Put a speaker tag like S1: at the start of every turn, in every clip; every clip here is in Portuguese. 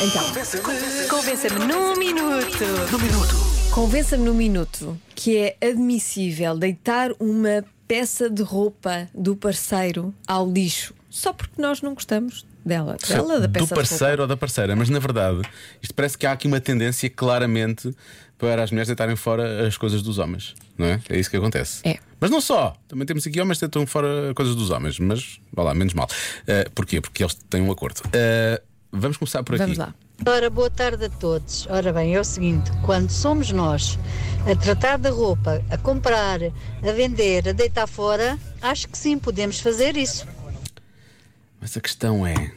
S1: Então,
S2: Convença-me num minuto.
S1: convença-me no minuto que é admissível deitar uma peça de roupa do parceiro ao lixo só porque nós não gostamos dela. Dela, da peça
S3: do
S1: de roupa.
S3: parceiro ou da parceira, mas na verdade, isto parece que há aqui uma tendência claramente para as mulheres deitarem fora as coisas dos homens, não é? É isso que acontece.
S1: É.
S3: Mas não só, também temos aqui homens que deitam fora coisas dos homens, mas vá lá, menos mal. Eh, porquê? Porque eles têm um acordo. Eh, vamos começar por aqui.
S1: Vamos lá.
S4: Ora, boa tarde a todos. Ora bem, é o seguinte: quando somos nós a tratar da roupa, a comprar, a vender, a deitar fora, acho que sim, podemos fazer isso.
S3: Mas a questão é.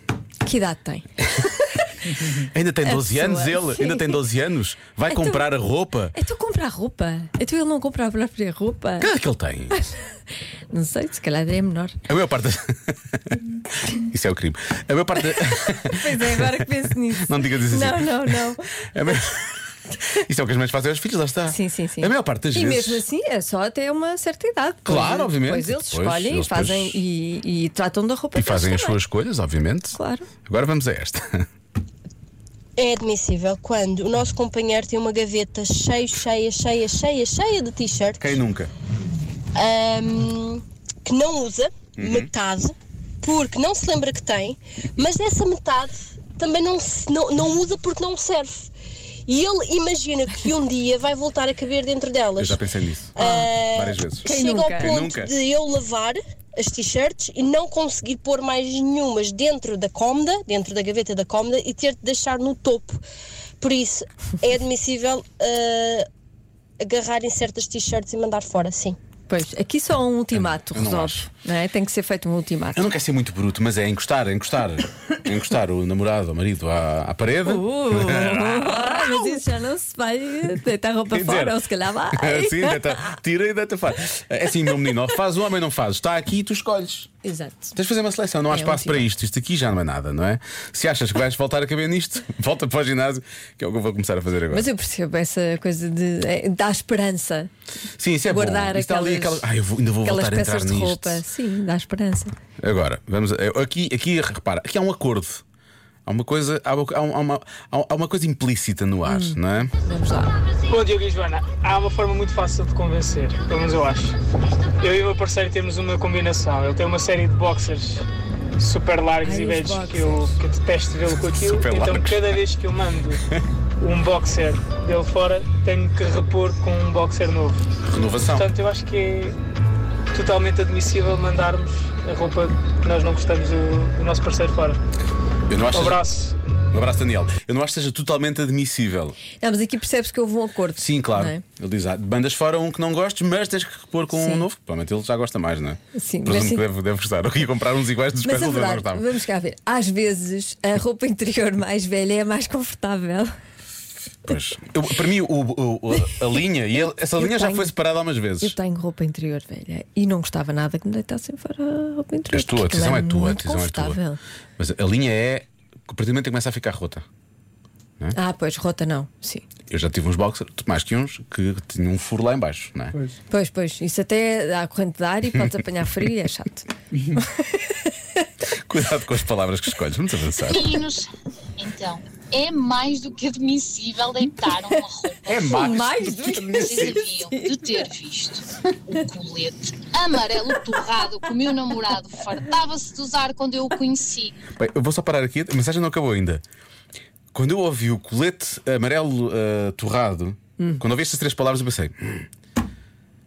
S1: Que idade tem?
S3: Ainda tem
S1: A
S3: 12
S1: pessoa,
S3: anos ele?
S1: sim.
S3: Ainda tem 12 anos? Vai
S1: Então-
S3: comprar a roupa?
S1: É tu comprar roupa? É tu ele não compra a própria roupa?
S3: Que idade que ele tem?
S1: Não sei, se calhar é menor.
S3: A maior parte. das- Isso é o crime. A maior parte. da-
S1: Pois é, agora que penso nisso.
S3: Não digas isso
S1: Não,
S3: assim.
S1: não, não.
S3: A maior- Isso é o que as mães fazem aos filhos, lá está.
S1: Sim, sim, sim.
S3: A maior parte das
S1: e
S3: vezes.
S1: mesmo assim é só até uma certa idade. Depois-
S3: Claro, obviamente.
S1: Depois eles
S3: Depois,
S1: escolhem
S3: eles
S1: e fazem
S3: depois-
S1: e, e tratam da roupa
S3: E
S1: deles
S3: fazem as
S1: também.
S3: suas escolhas, obviamente.
S1: Claro.
S3: Agora vamos a esta.
S5: É admissível quando o nosso companheiro tem uma gaveta cheia, cheia, cheia, cheia, cheia de t-shirts
S3: nunca?
S5: ahm, que não usa,
S3: Uhum.
S5: metade, porque não se lembra que tem, mas essa metade também não, se- não, não usa porque não serve. E ele imagina que um dia vai voltar a caber dentro
S3: Eu
S5: delas.
S3: já pensei nisso.
S5: Ah,
S3: várias vezes.
S1: Quem
S5: Chega
S1: nunca?
S5: ao
S3: Quem
S5: ponto
S3: nunca?
S5: de eu lavar as t-shirts e não conseguir pôr mais nenhumas dentro da cómoda, dentro da gaveta da cómoda e ter de deixar no topo. Por isso, é admissível ah, agarrar em certas t-shirts e mandar fora, sim.
S1: Pois, aqui só um ultimato
S3: Eu não
S1: resolve.
S3: acho.
S1: Não é? Tem que ser feito um ultimato.
S3: Eu não quero ser muito bruto, mas é encostar, encostar. encostar o namorado ou marido à, à parede.
S1: Uh, mas isso já não se vai deitar roupa
S3: uh, Quer dizer, É assim.
S1: fora, ou se calhar vai.
S3: Sim, deita- tira e deita fora. É assim, meu menino, ó, faz o homem, não faz. Está aqui e tu escolhes.
S1: Exato.
S3: Tens de fazer uma seleção, não há
S1: É
S3: espaço
S1: ótimo.
S3: para isto. Isto aqui já não é nada, não é? Se achas que vais voltar a caber nisto, volta para o ginásio, que é o que eu vou começar a fazer agora.
S1: Mas eu percebo essa coisa de é, dá esperança.
S3: Sim, isso é
S1: guardar
S3: bom. Isto ali
S1: aquelas-
S3: aquela- Ah, eu vou- ainda vou
S1: Aquelas
S3: voltar a entrar
S1: peças de
S3: nisto.
S1: roupa. Sim, dá esperança.
S3: Agora, vamos. a- Aqui, aqui repara, aqui há um acordo. Há uma coisa, há uma, há uma, há uma coisa implícita no ar,
S1: Hum.
S3: não é?
S1: Vamos lá.
S6: Bom Diogo e Joana, há uma forma muito fácil de convencer, pelo menos eu acho. Eu e o meu parceiro temos uma combinação, ele tem uma série de boxers super largos
S1: Ai,
S6: e
S1: os
S6: velhos que eu, que eu detesto vê-lo com aquilo,
S3: Super
S6: então
S3: largos.
S6: cada vez que eu mando um boxer dele fora, tenho que repor com um boxer novo.
S3: Renovação.
S6: Portanto, eu acho que é totalmente admissível mandarmos a roupa que nós não gostamos do, do nosso parceiro fora.
S3: Eu não acho
S6: Um
S3: que seja-
S6: abraço.
S3: um abraço, Daniel. Eu não acho que seja totalmente admissível.
S1: Não, mas aqui percebes que houve um acordo.
S3: Sim, claro.
S1: Não é?
S3: Ele diz: ah, bandas fora um que não gostes, mas tens que repor com
S1: Sim.
S3: um novo. Provavelmente ele já gosta mais, não é?
S1: Sim, mas
S3: Presumo
S1: sim.
S3: que deve, deve gostar. Eu ia comprar uns iguais dos
S1: Mas
S3: quais
S1: a
S3: ele não
S1: verdade,
S3: gostava.
S1: vamos cá ver. Às vezes a roupa interior mais velha é a mais confortável.
S3: Pois. Eu- para mim, o- o- o- a linha, e ele- essa
S1: Eu
S3: linha já
S1: tenho-
S3: foi separada algumas vezes.
S1: Eu tenho roupa interior velha e não gostava nada que me deitassem fora a roupa interior.
S3: És tu, a
S1: porque
S3: decisão é
S1: aquilo
S3: tua, a
S1: muito
S3: decisão é tua.
S1: confortável.
S3: Mas a linha é que a partir do momento em que começa a ficar rota.
S1: Ah, pois, rota não, sim.
S3: Eu já tive uns boxers, mais que uns, que tinham um furo lá em baixo, não é?
S1: Pois, pois, isso até dá a corrente de ar e podes apanhar frio e é chato.
S3: Cuidado com as palavras que escolhes, vamos avançar.
S7: Meninos, então, é mais do que admissível deitar uma roupa.
S3: É mais,
S1: Mais do que
S7: Vocês haviam de ter visto o colete amarelo torrado que o meu namorado fartava-se de usar quando eu o conheci.
S3: Bem, eu vou só parar aqui, a mensagem não acabou ainda. Quando eu ouvi o colete amarelo ah, torrado,
S1: Hum.
S3: quando ouvi estas três palavras, eu pensei: "Hum,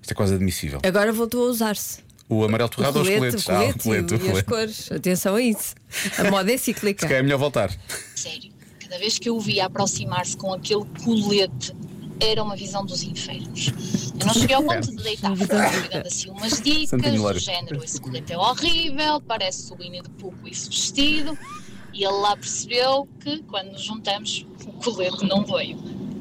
S3: isto é quase admissível.
S1: Agora voltou a usar-se.
S3: O amarelo
S1: O
S3: torrado ou os
S1: colete, o
S3: coletes? Ah,
S1: colete, e, o- e as cores. Atenção a isso. A moda é cíclica.
S3: Se calhar é melhor voltar.
S7: Sério, cada vez que eu o via aproximar-se com aquele colete, era uma visão dos infernos. Eu não cheguei ao ponto de deitar fora, pegando assim umas dicas
S3: Santinho
S7: do
S3: Lório.
S7: género: esse colete é horrível, parece sobrinho de pouco esse vestido. E ele lá percebeu que quando nos juntamos, o colete não veio.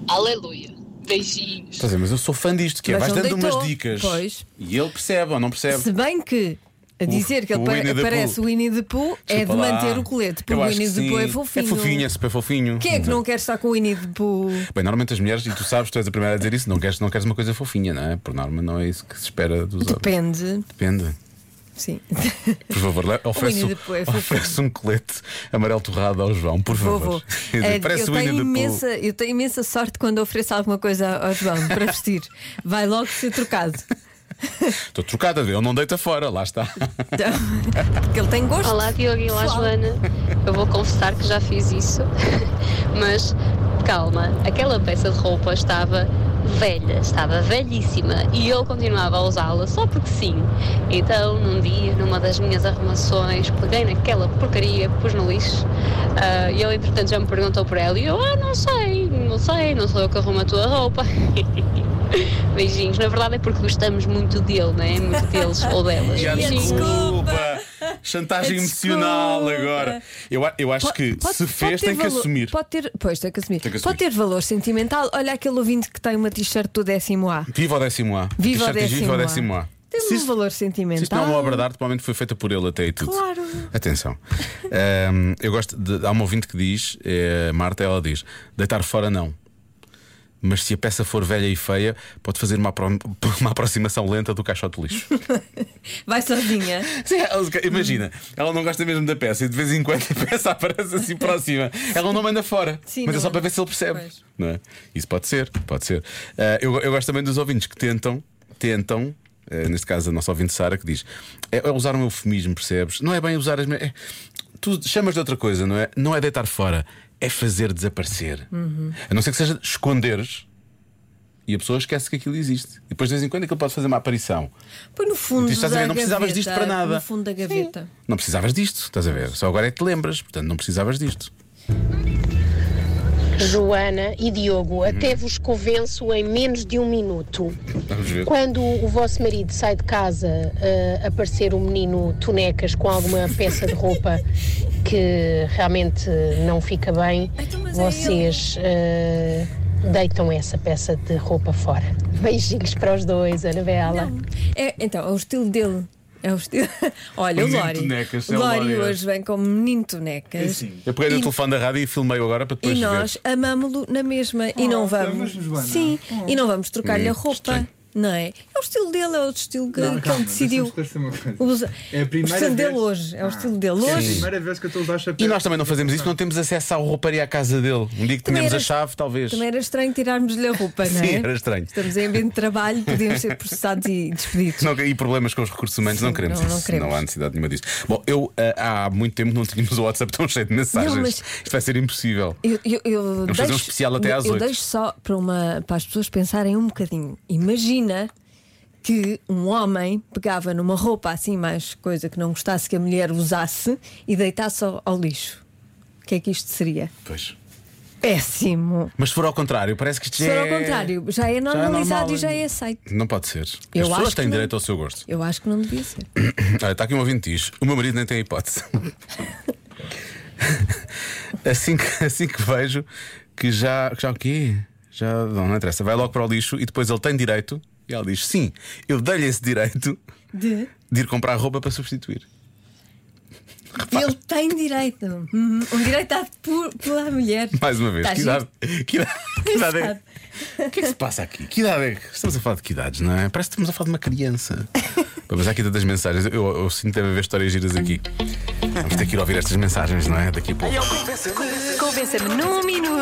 S7: Aleluia! Beijinhos!
S3: Estás a dizer, mas eu sou fã disto, que é,
S1: Mas
S3: vais
S1: não
S3: dando
S1: deitou.
S3: umas dicas
S1: Pois.
S3: e ele percebe ou não percebe.
S1: Se bem que a dizer que ele
S3: o
S1: pa-
S3: Winnie the
S1: parece
S3: Pooh.
S1: o Winnie the Pooh é de
S3: Desculpa lá.
S1: manter o colete, porque
S3: Eu
S1: o
S3: acho
S1: Winnie
S3: que
S1: the Pooh é
S3: sim.
S1: fofinho.
S3: É fofinho, é super fofinho.
S1: Quem é que não quer estar com o Winnie the Pooh?
S3: Bem, normalmente as mulheres, e tu sabes, tu és a primeira a dizer isso, não queres, não queres uma coisa fofinha, não é? Por norma, não é isso que se espera dos homens.
S1: Depende.
S3: Depende.
S1: Sim.
S3: Por favor, le- oferece,
S1: Winnie the Pooh é fofinho.
S3: oferece um colete amarelo torrado ao João, por favor.
S1: Vovô.
S3: Quer dizer,
S1: Eh,
S3: Parece
S1: eu,
S3: o Winnie
S1: tenho
S3: the Pooh.
S1: imensa, eu tenho imensa sorte quando ofereço alguma coisa ao João para vestir. Vai logo ser trocado.
S3: Estou trocada, eu não deita fora, lá está.
S1: Então, porque ele tem gosto.
S8: Olá Diogo e olá
S1: Pessoal.
S8: Joana. Eu vou confessar que já fiz isso, mas calma, aquela peça de roupa estava velha, estava velhíssima e eu continuava a usá-la só porque sim. Então, num dia, numa das minhas arrumações, peguei naquela porcaria, pus no lixo ah, e ele, entretanto, já me perguntou por ela e eu, ah, não sei, não sei, não sou eu que arrumo a tua roupa. Beijinhos, na verdade é porque gostamos muito dele, não é? Muito deles ou delas.
S3: Já
S8: Beijinhos.
S3: desculpa! Chantagem
S1: Desculpa.
S3: emocional agora. Eu, a- eu acho
S1: Po-
S3: que
S1: pode-
S3: se
S1: pode
S3: fez,
S1: ter
S3: tem que
S1: valor-
S3: assumir.
S1: Pode ter, pois, tem que assumir.
S3: Tem que
S1: Pode ter valor sentimental. Olha aquele ouvinte que tem uma t-shirt do décimo A.
S3: Viva o décimo A.
S1: Viva o
S3: T-shirt diz
S1: décimo,
S3: Viva o
S1: A.
S3: décimo A.
S1: Tem
S3: Se
S1: um
S3: isto-
S1: valor
S3: Se
S1: sentimental.
S3: isto não é uma obra de arte, provavelmente foi feita por ele até e tudo.
S1: Claro.
S3: Atenção. Ahm, eu gosto de. Há uma ouvinte que diz, é, a Marta, ela diz: deitar fora não. Mas se a peça for velha e feia, pode fazer uma, apro- uma aproximação lenta do caixote de lixo.
S1: Vai sozinha.
S3: Sim, ela- imagina, ela não gosta mesmo da peça e de vez em quando a peça aparece assim próxima. Ela não manda fora,
S1: Sim,
S3: mas é
S1: não
S3: só
S1: manda.
S3: para ver se ele percebe.
S1: Pois.
S3: não é? Isso pode ser, pode ser. Ah, eu, eu gosto também dos ouvintes que tentam, tentam. ah, neste caso, a nossa ouvinte Sara que diz: é, é usar um eufemismo, percebes? Não é bem usar as. me- É, tu chamas de outra coisa, não é? Não é deitar fora, é fazer desaparecer.
S1: Uhum.
S3: A não ser que seja esconderes e a pessoa esquece que aquilo existe. E depois, de vez em quando, aquilo pode fazer uma aparição.
S1: Põe no fundo.
S3: Diz, estás a
S1: da
S3: ver, não precisavas
S1: gaveta,
S3: disto para nada.
S1: No fundo da gaveta.
S3: Não precisavas disto, estás a ver? Só agora é que te lembras, portanto não precisavas disto.
S9: Joana e
S3: Uhum.
S9: Diogo, até vos convenço em menos de um minuto.
S3: Vamos ver.
S9: Quando o vosso marido sai de casa eh, aparecer um menino tonecas com alguma peça de roupa que realmente não fica bem,
S1: Então, mas é
S9: vocês eh, deitam essa peça de roupa fora. Beijinhos para os dois, Anabela.
S1: É, então, é o estilo dele. É o estilo. Olha,
S3: O
S1: o
S3: menino
S1: Lori.
S3: tonecas, é
S1: o
S3: o Lori
S1: Lori
S3: hoje.
S1: hoje vem como menino tonecas.
S3: Eu peguei no
S1: E-
S3: telefone da rádio e filmei agora para
S1: E
S3: depois
S1: nós
S3: ver.
S1: amámo-lo na mesma.
S10: Oh,
S1: e não vamos. Sim, e não vamos trocar-lhe a
S3: Hum,
S1: roupa.
S3: estranho.
S1: Não é? É o estilo dele, é o estilo que, que ele
S10: calma,
S1: decidiu.
S10: deixa-me esclarecer uma coisa.
S1: Usa-
S10: É a
S1: o
S10: primeira
S1: estilo dele
S10: vez-
S1: hoje. É o
S10: Ah.
S1: estilo dele
S10: É a
S1: hoje.
S10: primeira vez que eu estou a usar chapéu.
S3: E nós também não fazemos isso, não temos acesso à rouparia à casa dele. Um dia que
S1: Também
S3: tínhamos a
S1: era-
S3: chave, talvez.
S1: Também era estranho tirarmos-lhe a roupa, não é?
S3: Sim, era estranho.
S1: Estamos em ambiente de trabalho, podíamos ser processados e despedidos.
S3: Não, e problemas com os recursos humanos,
S1: Sim,
S3: não queremos
S1: não-
S3: isso.
S1: não queremos.
S3: há necessidade nenhuma disso. Bom, eu ah, há muito tempo não tínhamos o WhatsApp tão cheio de mensagens.
S1: Não, mas-
S3: Isto vai ser impossível.
S1: Eu, eu, eu
S3: Vamos
S1: deixo,
S3: fazer um especial até às
S1: Eu
S3: oito.
S1: deixo só para, uma, para as pessoas pensarem um bocadinho. Imagina que um homem pegava numa roupa assim, mais coisa que não gostasse que a mulher usasse e deitasse ao, ao lixo. O que é que isto seria?
S3: Pois.
S1: Péssimo.
S3: Mas se for ao contrário, parece que isto
S1: Se
S3: já
S1: for ao
S3: é-
S1: contrário, já é normalizado
S3: normal.
S1: e já é aceito.
S3: Não pode ser.
S1: Eu
S3: As pessoas
S1: acho que
S3: têm
S1: não.
S3: direito ao seu gosto.
S1: Eu acho que não devia ser.
S3: Olha, está aqui um ouvinte que diz: O meu marido nem tem hipótese. assim, que, assim que vejo que já, que já o quê? Já não, não interessa. Vai logo para o lixo e depois ele tem direito. E ela diz: Sim, eu dei-lhe esse direito
S1: De?
S3: de ir comprar roupa para substituir.
S1: Ele tem direito. Uhum. Um direito dado por- pela mulher.
S3: Mais uma vez,
S1: Tá
S3: que
S1: giro.
S3: idade, que idade, que idade é? O que é que se passa aqui? Que idade é? que- Estamos a falar de que idades, não é? Parece que estamos a falar de uma criança. Vamos aqui tantas mensagens. Eu, eu sinto que deve haver histórias giras aqui. Vamos ter que ir ouvir estas mensagens, não é? Daqui a pouco.
S2: Convença-me num minuto.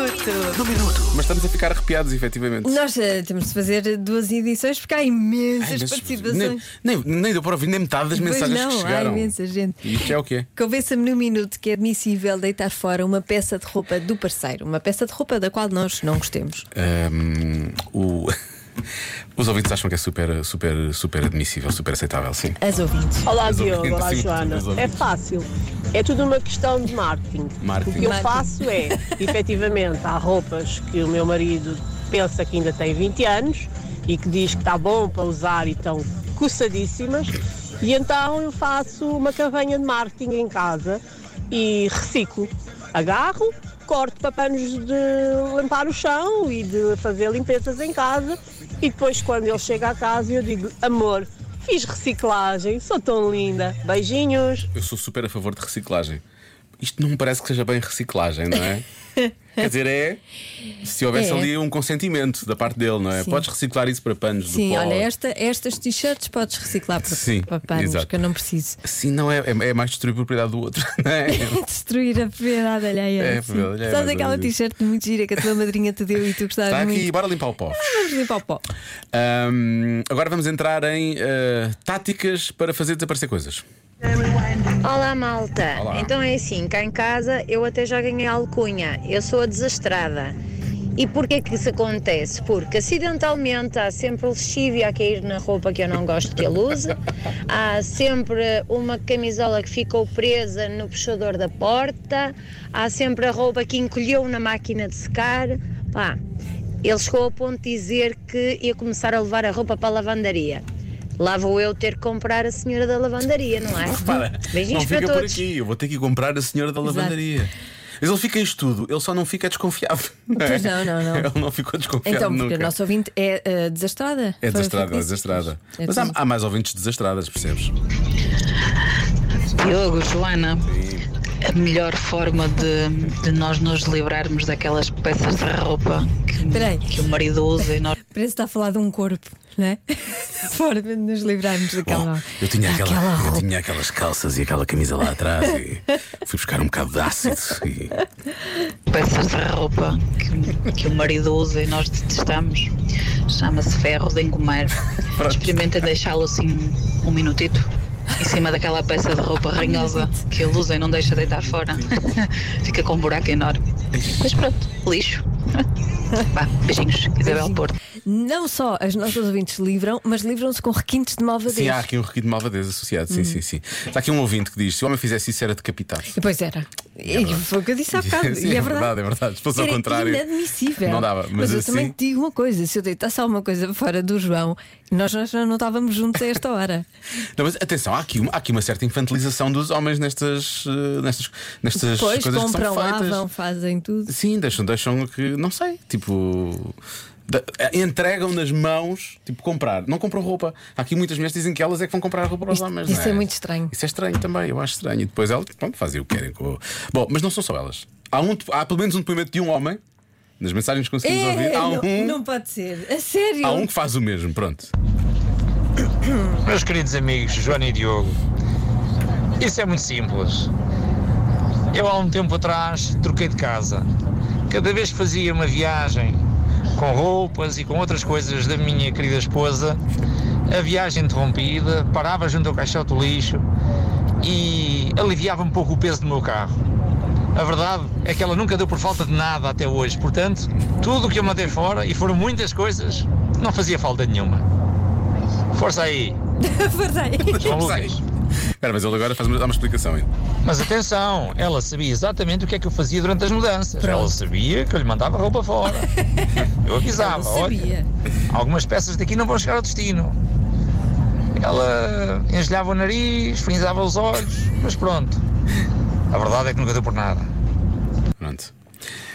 S3: Mas estamos a ficar arrepiados, efetivamente.
S1: Nós eh, temos de fazer duas edições porque há imensas
S3: Ai, mas
S1: participações.
S3: Nem, nem, nem deu para ouvir nem metade das
S1: Pois
S3: mensagens
S1: não,
S3: que
S1: há
S3: chegaram.
S1: imensa gente.
S3: E isto é o quê?
S1: Convença-me num minuto que é admissível deitar fora uma peça de roupa do parceiro, uma peça de roupa da qual nós não gostemos.
S3: Ahm, o- Os ouvintes acham que é super, super, super admissível, super aceitável, sim.
S1: As ouvintes.
S11: Olá
S3: Mas
S11: Diogo,
S3: ouvintes,
S11: olá
S3: sim,
S11: Joana.
S3: mas ouvintes.
S11: É fácil. É tudo uma questão de marketing.
S3: Marketing.
S11: O que eu
S1: Marketing.
S11: faço é, efetivamente, há roupas que o meu marido pensa que ainda tem 20 anos e que diz que está bom para usar e estão coçadíssimas. E então eu faço uma campanha de marketing em casa e reciclo. Agarro, corto para panos de limpar o chão e de fazer limpezas em casa. E depois, quando ele chega à casa, eu digo: amor, fiz reciclagem, sou tão linda. Beijinhos.
S3: Eu sou super a favor de reciclagem. Isto não me parece que seja bem reciclagem, não é? Quer dizer, é se houvesse
S1: É.
S3: ali um consentimento da parte dele, não é?
S1: Sim.
S3: Podes reciclar isso para panos do
S1: Sim,
S3: pó.
S1: olha, esta- estas t-shirts podes reciclar para,
S3: Sim,
S1: para panos,
S3: exato.
S1: que eu não preciso
S3: Sim, não é, é, é mais destruir a propriedade do outro, não é?
S1: destruir a propriedade alheia.
S3: É, a
S1: sim.
S3: propriedade alheia,
S1: Sabes
S3: mais ou
S1: aquela
S3: menos isso.
S1: t-shirt muito gira que a tua madrinha te deu e tu gostavas
S3: Está
S1: muito. Ah,
S3: aqui, bora limpar o pó.
S1: Vamos limpar o pó.
S3: Ahm, agora vamos entrar em eh, táticas para fazer desaparecer coisas.
S10: Olá malta,
S3: Olá.
S10: então é assim, cá em casa eu até já ganhei a alcunha, eu sou a desastrada. E porquê que isso acontece? Porque acidentalmente há sempre lexívia a cair na roupa que eu não gosto que ele use, há sempre uma camisola que ficou presa no puxador da porta, há sempre a roupa que encolheu na máquina de secar. Pá, ele chegou ao ponto de dizer que ia começar a levar a roupa para a lavandaria. Lá vou eu ter que comprar a senhora da lavandaria, não
S1: Ah,
S10: é?
S3: Para,
S10: Beijinhos
S3: não fica
S10: para
S3: por
S10: todos.
S3: aqui, eu vou ter que ir comprar a senhora da
S10: Exato.
S3: lavandaria. Mas ele fica em estudo, ele só não fica desconfiável.
S1: Pois não, não, não.
S3: Ele não ficou desconfiado
S1: Então, porque
S3: nunca.
S1: o nosso ouvinte é eh, desastrada. Foi-
S3: É
S1: foi
S3: desastrada, é
S1: o que disse.
S3: desastrada.
S1: É
S3: Mas há,
S1: tudo.
S3: há mais ouvintes desastradas, percebes?
S12: Diogo, Joana, a melhor forma de, de nós nos livrarmos daquelas peças de roupa
S1: Peraí.
S12: que, que o marido usa e nós.
S1: Parece que está a falar de um corpo, não é? Fora de nos livrarmos daquela.
S3: Eu tinha, aquela,
S1: daquela
S3: eu
S1: roupa.
S3: tinha aquelas calças e aquela camisa lá atrás e fui buscar um bocado de ácido e
S12: Peças de roupa que, que o marido usa e nós detestamos. Chama-se ferro de engomar. Experimenta deixá-lo assim um minutito em cima daquela peça de roupa
S13: Um
S12: ranhosa que ele usa e não deixa deitar fora. Fica com um buraco enorme. Mas pronto, lixo. Vá, beijinhos. Isabel Porto.
S1: Não só as nossas ouvintes livram, mas livram-se com requintes de malvadez.
S3: Sim, há aqui um requinte de malvadez associado. Sim,
S1: Hum.
S3: sim, sim. Está aqui um ouvinte que diz: se o homem fizesse isso, era decapitado.
S1: E Pois era. E foi o que eu disse há bocado.
S3: é Sim,
S1: e
S3: é
S1: é
S3: verdade, é verdade. Se fosse ao
S1: Era
S3: contrário,
S1: Inadmissível.
S3: não dava. Mas
S1: Mas, eu
S3: assim-
S1: também te digo uma coisa: se eu deitasse alguma coisa fora do João, nós, nós não estávamos juntos a esta hora.
S3: Não, mas atenção, há aqui, uma, há aqui uma certa infantilização dos homens nestas, eh, nestas, nestas
S1: Depois
S3: coisas que
S1: compram
S3: são
S1: lá,
S3: feitas.
S1: vão, fazem tudo.
S3: Sim, deixam, deixam que, não sei, tipo. da- Entregam nas mãos, tipo, comprar. Não compram roupa. Há aqui muitas mulheres que dizem que elas é que vão comprar roupa para os homens.
S1: Isso
S3: não
S1: é muito estranho.
S3: Isso é estranho também, eu acho estranho. E depois elas pronto, fazem o que querem. com o- Bom, mas não são só elas. Há, um, há pelo menos um depoimento de um homem, nas mensagens que conseguimos ouvir,
S1: É,
S3: há
S1: não,
S3: um,
S1: não pode ser. A sério.
S3: há um que faz o mesmo. Pronto.
S13: Meus queridos amigos, Joana e Diogo, isso é muito simples. Eu há um tempo atrás troquei de casa. Cada vez que fazia uma viagem com roupas e com outras coisas da minha querida esposa, a viagem interrompida, parava junto ao caixote do lixo e aliviava um pouco o peso do meu carro. A verdade é que ela nunca deu por falta de nada até hoje, portanto, tudo o que eu mandei fora, e foram muitas coisas, não fazia falta nenhuma. Força aí! João Lucas.
S3: Espera, mas ele agora faz uma, dá uma explicação ainda.
S13: Mas atenção, ela sabia exatamente o que é que eu fazia durante as mudanças. Ela sabia que eu lhe mandava roupa fora. Eu avisava, olha, algumas peças daqui não vão chegar ao destino. Ela eh, engelhava o nariz, frinzava os olhos, mas pronto. A verdade é que nunca deu por nada.
S3: Pronto.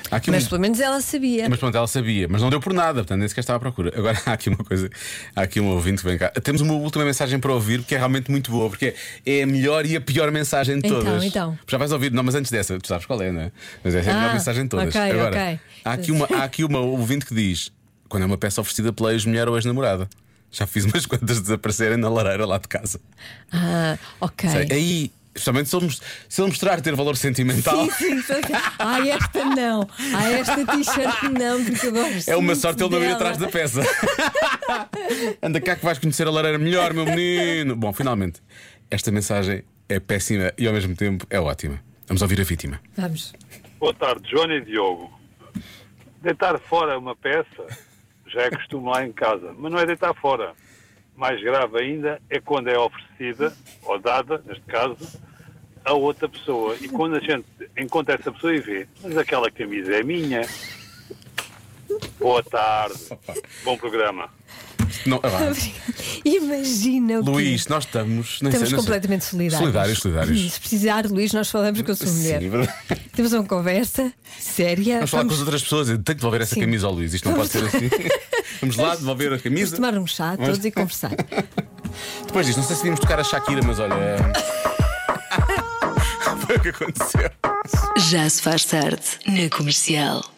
S3: Há aqui
S1: Mas
S3: um-
S1: pelo menos ela sabia.
S3: Mas pronto, ela sabia, mas não deu por nada, portanto nem sequer estava à procura. Agora há aqui uma coisa, há aqui um ouvinte que vem cá. Temos uma última mensagem para ouvir, que é realmente muito boa, porque é a melhor e a pior mensagem de
S1: Então,
S3: todas.
S1: então.
S3: Já vais ouvir, não, mas antes dessa, tu sabes qual é, não é? Mas essa é a
S1: Ah,
S3: melhor mensagem de todas.
S1: ok,
S3: Agora,
S1: ok.
S3: Há, aqui uma, há aqui uma ouvinte que diz: quando é uma peça oferecida pela ex-mulher ou ex-namorada. Já fiz umas quantas desaparecerem na lareira lá de casa.
S1: Ah, ok.
S3: Sei, aí, especialmente se ele, mos- se ele mostrar ter valor sentimental.
S1: Sim, sim, sim. Ai, esta não. Ai, esta t-shirt não, porque eu gosto.
S3: É uma
S1: muito
S3: sorte ele não ir
S1: dela.
S3: atrás da peça. Anda cá que vais conhecer a lareira melhor, meu menino. Bom, finalmente, esta mensagem é péssima e ao mesmo tempo é ótima. Vamos ouvir a vítima.
S1: Vamos.
S14: Boa tarde, Joana e Diogo. Deitar fora uma peça já é costume lá em casa, mas não é deitar fora. Mais grave ainda é quando é oferecida, ou dada, neste caso, a outra pessoa. E quando a gente encontra essa pessoa e vê, mas aquela camisa é minha. Boa tarde. Bom programa.
S3: Não, ah, vá.
S1: Imagina o que-
S3: Luís, nós estamos. nem
S1: Estamos
S3: sei, não sei.
S1: completamente solidários. Hum,
S3: Solidários, solidários.
S1: Se precisar, Luís, nós falamos que eu sou mulher.
S3: Sim, verdade.
S1: Temos uma conversa séria.
S3: Vamos falar com as outras pessoas. Eu tenho que devolver essa
S1: Sim.
S3: camisa ao Luís. Isto não pode
S1: Vamos-
S3: ser assim. Vamos lá devolver a
S1: Vamos
S3: camisa.
S1: tomar um chá
S3: né? Vamos-
S1: todos e conversar.
S3: Depois disso, não sei se íamos tocar a Shakira, mas olha. Foi o é- que aconteceu.
S2: Já se faz tarde na comercial.